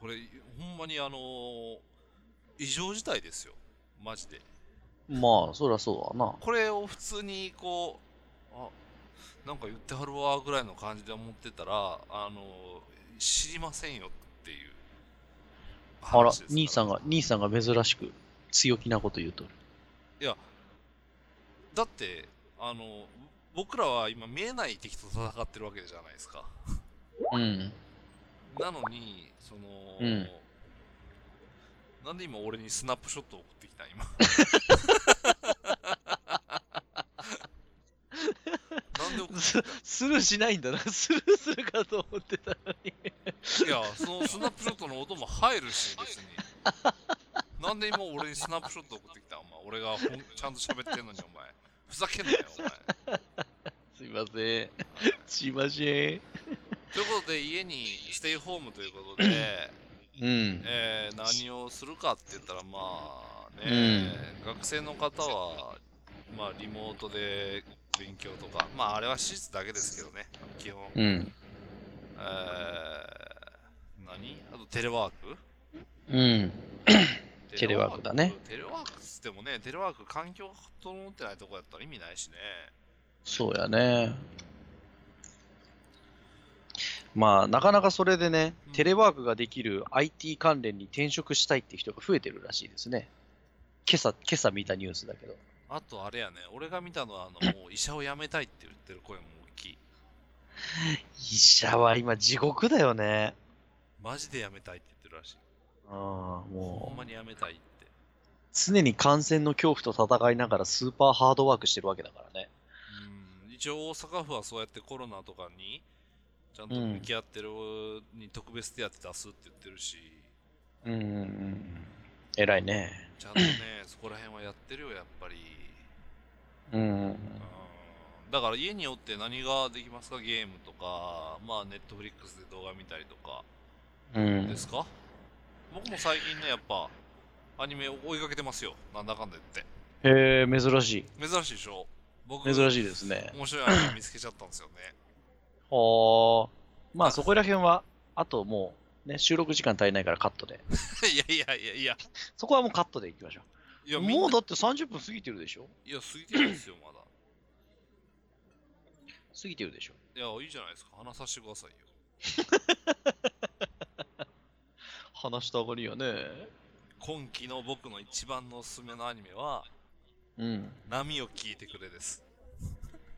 [SPEAKER 1] これほんまにあのー異常事態ですよマジで
[SPEAKER 3] まあ、そりゃそうだな。
[SPEAKER 1] これを普通にこうあなんか言ってはるわぐらいの感じで思ってたらあのー知りませんよっていう
[SPEAKER 3] あら
[SPEAKER 1] 話です、から
[SPEAKER 3] 兄さんが、兄さんが珍しく強気なこと言うとる。
[SPEAKER 1] いや、だって、あの、僕らは今見えない敵と戦ってるわけじゃないですか。
[SPEAKER 3] うん。
[SPEAKER 1] なのに、その、
[SPEAKER 3] うん
[SPEAKER 1] なんで今俺にスナップショットを送ってきた 今。なんで送っ
[SPEAKER 3] すスルーしないんだ な。スルーするかと思ってたのに。
[SPEAKER 1] いや、そのスナップショットの音も入るし、別に。なんで今俺にスナップショット送ってきたお前、俺がほんちゃんと喋ってんのに、お前。ふざけんなよ、お前。
[SPEAKER 3] すいません。すいません。
[SPEAKER 1] ということで家にステイホームということで、
[SPEAKER 3] うん。
[SPEAKER 1] えー何をするかって言ったらまあね、学生の方は、まあ、リモートで勉強とかまああれは私立だけですけどね基本、え
[SPEAKER 3] うん。
[SPEAKER 1] ー何あとテレワーク
[SPEAKER 3] うん。テレワークだね
[SPEAKER 1] テレワークっつってもねテレワーク環境が整ってないとこやったら意味ないしね
[SPEAKER 3] そうやね。まあ、なかなかそれでね
[SPEAKER 1] うん、
[SPEAKER 3] テレワークができる IT 関連に転職したいって人が増えてるらしいですね。今朝、今朝見たニュースだけど。
[SPEAKER 1] あとあれやね俺が見たのは あのもう医者を辞めたいって言ってる声も大きい
[SPEAKER 3] 医者は今地獄だよね。
[SPEAKER 1] マジで辞めたいって言ってるらしい
[SPEAKER 3] ああ、
[SPEAKER 1] ほ
[SPEAKER 3] も
[SPEAKER 1] ん
[SPEAKER 3] う
[SPEAKER 1] ま、に辞めたいって
[SPEAKER 3] 常に感染の恐怖と戦いながらスーパーハードワークしてるわけだからね。
[SPEAKER 1] うん一応大阪府はそうやってコロナとかにちゃんと向き合ってるに特別手当出すって言ってるし、
[SPEAKER 3] うんうんうん。偉いね。
[SPEAKER 1] ちゃんと ねそこら辺はやってるよやっぱり、
[SPEAKER 3] うんうんうん。
[SPEAKER 1] うん、だから家におって何ができますかゲームとかまあネットフリックスで動画見たりとか
[SPEAKER 3] うん
[SPEAKER 1] ですか、僕も最近ねやっぱアニメを追いかけてますよなんだかんだ言っ
[SPEAKER 3] へえ、珍し
[SPEAKER 1] て珍しいでしょ僕
[SPEAKER 3] い。珍
[SPEAKER 1] しい
[SPEAKER 3] しいですね。
[SPEAKER 1] 面白いアニメ見つけちゃったんですよね
[SPEAKER 3] ほー。まあそこら辺は、あともう、ね、収録時間足りないからカットで。
[SPEAKER 1] いやいやいやいや
[SPEAKER 3] そこはもうカットでいきましょ
[SPEAKER 1] いや
[SPEAKER 3] う。
[SPEAKER 1] みんな
[SPEAKER 3] もうだって30分過ぎてるでしょ
[SPEAKER 1] いや過ぎてるんですよまだ
[SPEAKER 3] 過ぎてるでしょ。
[SPEAKER 1] いや、いいじゃないですか。話させてくださいよ。
[SPEAKER 3] 話した上がりやね。
[SPEAKER 1] 今期の僕の一番のおすすめのアニメは、
[SPEAKER 3] うん。
[SPEAKER 1] 波を聞いてくれです。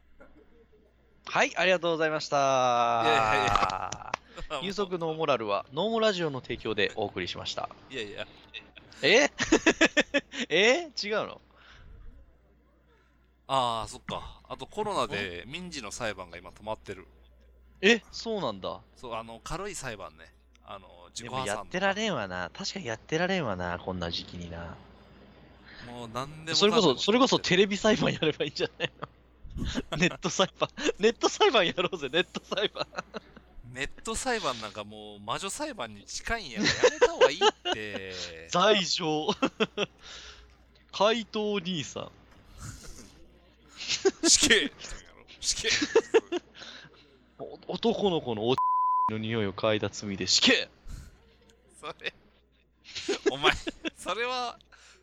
[SPEAKER 3] はい、ありがとうございました。
[SPEAKER 1] いやいやい
[SPEAKER 3] ニュースオクノーモラルはノーモラジオの提供でお送りしました。
[SPEAKER 1] いやいや、
[SPEAKER 3] え え違うの
[SPEAKER 1] ああ、そっか。あとコロナで民事の裁判が今止まってる。
[SPEAKER 3] えそうなんだ。
[SPEAKER 1] そう、あの、軽い裁判ね。あの、自
[SPEAKER 3] で
[SPEAKER 1] 己
[SPEAKER 3] も
[SPEAKER 1] 破産
[SPEAKER 3] やってられんわな。確かにやってられんわな、こんな時期にな。
[SPEAKER 1] ん。もう何でも
[SPEAKER 3] それ
[SPEAKER 1] か
[SPEAKER 3] こ
[SPEAKER 1] んで
[SPEAKER 3] そ、
[SPEAKER 1] も
[SPEAKER 3] それこそテレビ裁判やればいいんじゃ ないのネット裁判、ネット裁判やろうぜ、ネット裁判。
[SPEAKER 1] ネット裁判なんかもう魔女裁判に近いんやからやめた方がいいって。
[SPEAKER 3] 罪状。怪盗兄さん。
[SPEAKER 1] 死刑って言うんやろ死刑
[SPEAKER 3] お男の子のおちの匂いを嗅いだ罪で死刑
[SPEAKER 1] それお前それは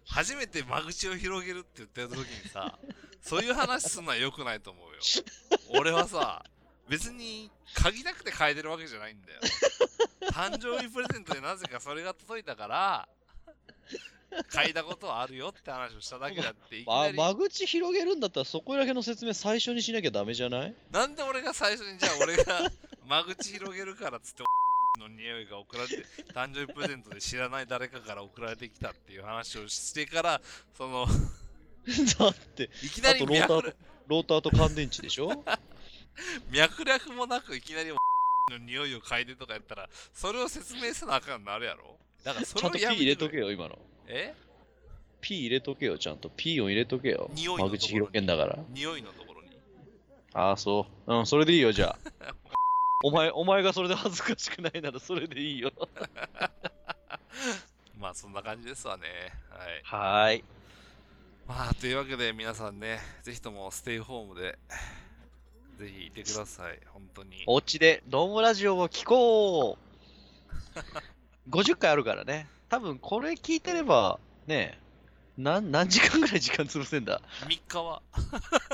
[SPEAKER 1] 初めて間口を広げるって言ったやつ時にさそういう話すんのは良くないと思うよ俺はさ別に嗅ぎなくて嗅いでるわけじゃないんだよ誕生日プレゼントでなぜかそれが届いたから嗅いだことはあるよって話をしただけだっていきな
[SPEAKER 3] あ
[SPEAKER 1] り
[SPEAKER 3] 間口広げるんだったらそこらへんの説明最初にしなきゃダメじゃない
[SPEAKER 1] なんで俺が最初にじゃあ俺が 間口広げるからっつっておの匂いが送られて誕生日プレゼントで知らない誰かから送られてきたっていう話をしてからそ の
[SPEAKER 3] だって
[SPEAKER 1] いきな
[SPEAKER 3] あ
[SPEAKER 1] り
[SPEAKER 3] とロー
[SPEAKER 1] 脈
[SPEAKER 3] ターとローターと乾電池でし ょ
[SPEAKER 1] 脈略もなくいきなりおの匂いを嗅いでとかやったらそれを説明せなあかんのあるやろだからそ
[SPEAKER 3] ち
[SPEAKER 1] れを
[SPEAKER 3] ゃんと P
[SPEAKER 1] やめ
[SPEAKER 3] 入れと
[SPEAKER 1] く
[SPEAKER 3] けよ今の
[SPEAKER 1] え
[SPEAKER 3] P 入れとけよちゃんと P を入れとけよ
[SPEAKER 1] 匂いのところ
[SPEAKER 3] 間
[SPEAKER 1] に
[SPEAKER 3] 口広げんだから
[SPEAKER 1] 匂いのところに
[SPEAKER 3] ああそううんそれでいいよじゃあ お前お前がそれで恥ずかしくないならそれでいいよ
[SPEAKER 1] まあそんな感じですわねはい
[SPEAKER 3] はーい
[SPEAKER 1] まあというわけで皆さんねぜひともステイホームでぜひいてください本当に
[SPEAKER 3] お家でドームラジオを 聞こう50回あるからね多分これ聞いてればねなん何時間ぐらい時間潰せんだ
[SPEAKER 1] 3日は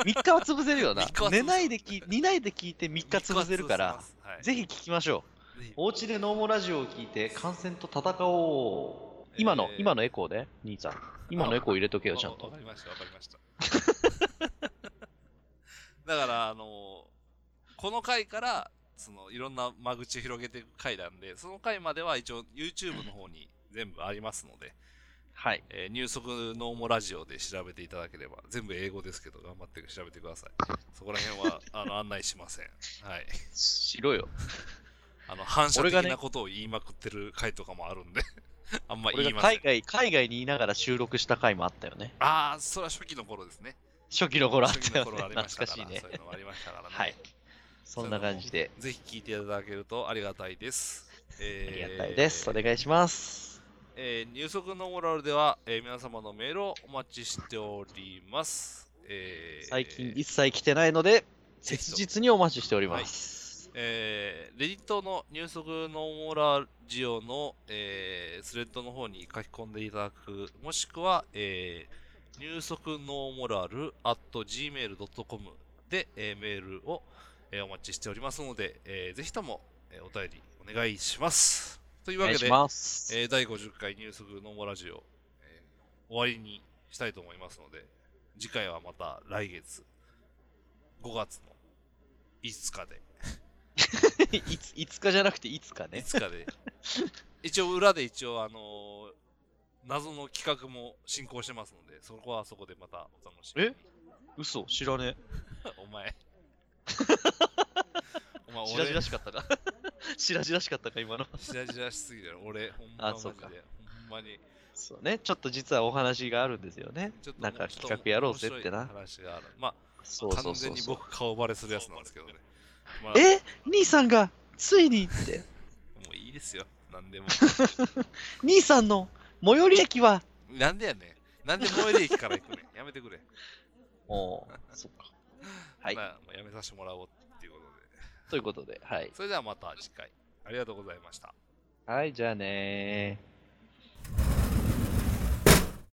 [SPEAKER 3] 3日は潰せるよな
[SPEAKER 1] 三日は潰せ
[SPEAKER 3] 寝
[SPEAKER 1] る
[SPEAKER 3] ないでき寝ないで聞いて3日潰せるから
[SPEAKER 1] ぜ
[SPEAKER 3] ぜひ聞きましょう
[SPEAKER 1] ひ
[SPEAKER 3] お家でノーモラジオを聞いて感染と戦おう今の、
[SPEAKER 1] えー
[SPEAKER 3] 今のエコーで兄さん今のエコー入れとけよちゃん
[SPEAKER 1] わ
[SPEAKER 3] と
[SPEAKER 1] かりましたわかりましただからあのこの回からそのいろんな間口広げていく回なんでその回までは一応 YouTube の方に全部ありますので、
[SPEAKER 3] はい
[SPEAKER 1] えー、入足ノーモラジオで調べていただければ全部英語ですけど頑張って調べてくださいそこら辺 はあの案内しませんはい
[SPEAKER 3] しろよ
[SPEAKER 1] あの反射
[SPEAKER 3] 俺が
[SPEAKER 1] 的
[SPEAKER 3] ね
[SPEAKER 1] なことを言いまくってる回とかもあるんであんま言
[SPEAKER 3] 俺
[SPEAKER 1] い
[SPEAKER 3] が
[SPEAKER 1] ません
[SPEAKER 3] 海外海外にいながら収録した回もあったよね
[SPEAKER 1] ああそれは初期の頃ですね
[SPEAKER 3] 初期の頃あった
[SPEAKER 1] 初期の
[SPEAKER 3] よね
[SPEAKER 1] 頃ありま
[SPEAKER 3] 懐
[SPEAKER 1] した
[SPEAKER 3] か
[SPEAKER 1] か
[SPEAKER 3] し
[SPEAKER 1] ら
[SPEAKER 3] いね
[SPEAKER 1] そういうのもありましたからね。
[SPEAKER 3] はい。そんな感じで、
[SPEAKER 1] ぜひ聞いていただけるとありがたいです。
[SPEAKER 3] あり
[SPEAKER 1] えー
[SPEAKER 3] がたいです。お願いします。
[SPEAKER 1] えー入足のモラルでは、えー皆様のメールをお待ちしております。えー
[SPEAKER 3] 最近一切来てないので、
[SPEAKER 1] ぜひと
[SPEAKER 3] 切実にお待ちしております。
[SPEAKER 1] えーレディットの入足のモラジオの、えースレッドの方に書き込んでいただく、もしくは、えー入足のモラル at gmail.com で、えーメールを、えーお待ちしておりますので、えーぜひとも、えーお便りお願いします。という
[SPEAKER 3] お
[SPEAKER 1] わけ
[SPEAKER 3] 願いし
[SPEAKER 1] で、
[SPEAKER 3] ます。
[SPEAKER 1] えー第50回入足のモラジオ、えー終わりにしたいと思いますので、次回はまた来月5月の5日で。
[SPEAKER 3] いついつかじゃなくていつか
[SPEAKER 1] い
[SPEAKER 3] ね。
[SPEAKER 1] つか で。一応裏で一応あのー謎の企画も進行してますので、そこはそこでまたお楽しみに。
[SPEAKER 3] 嘘、知らね
[SPEAKER 1] お 前。お前
[SPEAKER 3] え。しらじら
[SPEAKER 1] 俺、
[SPEAKER 3] しかったか。しらじらしかったか、今の。
[SPEAKER 1] しらじらしすぎだろ。俺、ほんま
[SPEAKER 3] あ
[SPEAKER 1] マジ
[SPEAKER 3] そ
[SPEAKER 1] で。
[SPEAKER 3] うか
[SPEAKER 1] ほんまに。
[SPEAKER 3] そうね、ちょっと実はお話があるんですよね。
[SPEAKER 1] ちょっと
[SPEAKER 3] なんか企画やろうぜって
[SPEAKER 1] 面
[SPEAKER 3] な
[SPEAKER 1] 白い話がある。まあ、
[SPEAKER 3] そうそ
[SPEAKER 1] 完
[SPEAKER 3] うそ
[SPEAKER 1] 全
[SPEAKER 3] う
[SPEAKER 1] に
[SPEAKER 3] そう。
[SPEAKER 1] 僕顔バレするやつなんですけど ね。まあ、も
[SPEAKER 3] え兄さんがついにって、
[SPEAKER 1] ういいですよ。なんでも。
[SPEAKER 3] 兄さんの最寄り駅は。
[SPEAKER 1] なんでやねん。なんで萌えり駅から行くねん。やめてくれ。
[SPEAKER 3] おーそっか。はい
[SPEAKER 1] ま。あ、もうやめさせてもらおうっていうことで。
[SPEAKER 3] ということで、はい。
[SPEAKER 1] それではまた次回ありがとうございました。
[SPEAKER 3] はい、じゃあねー。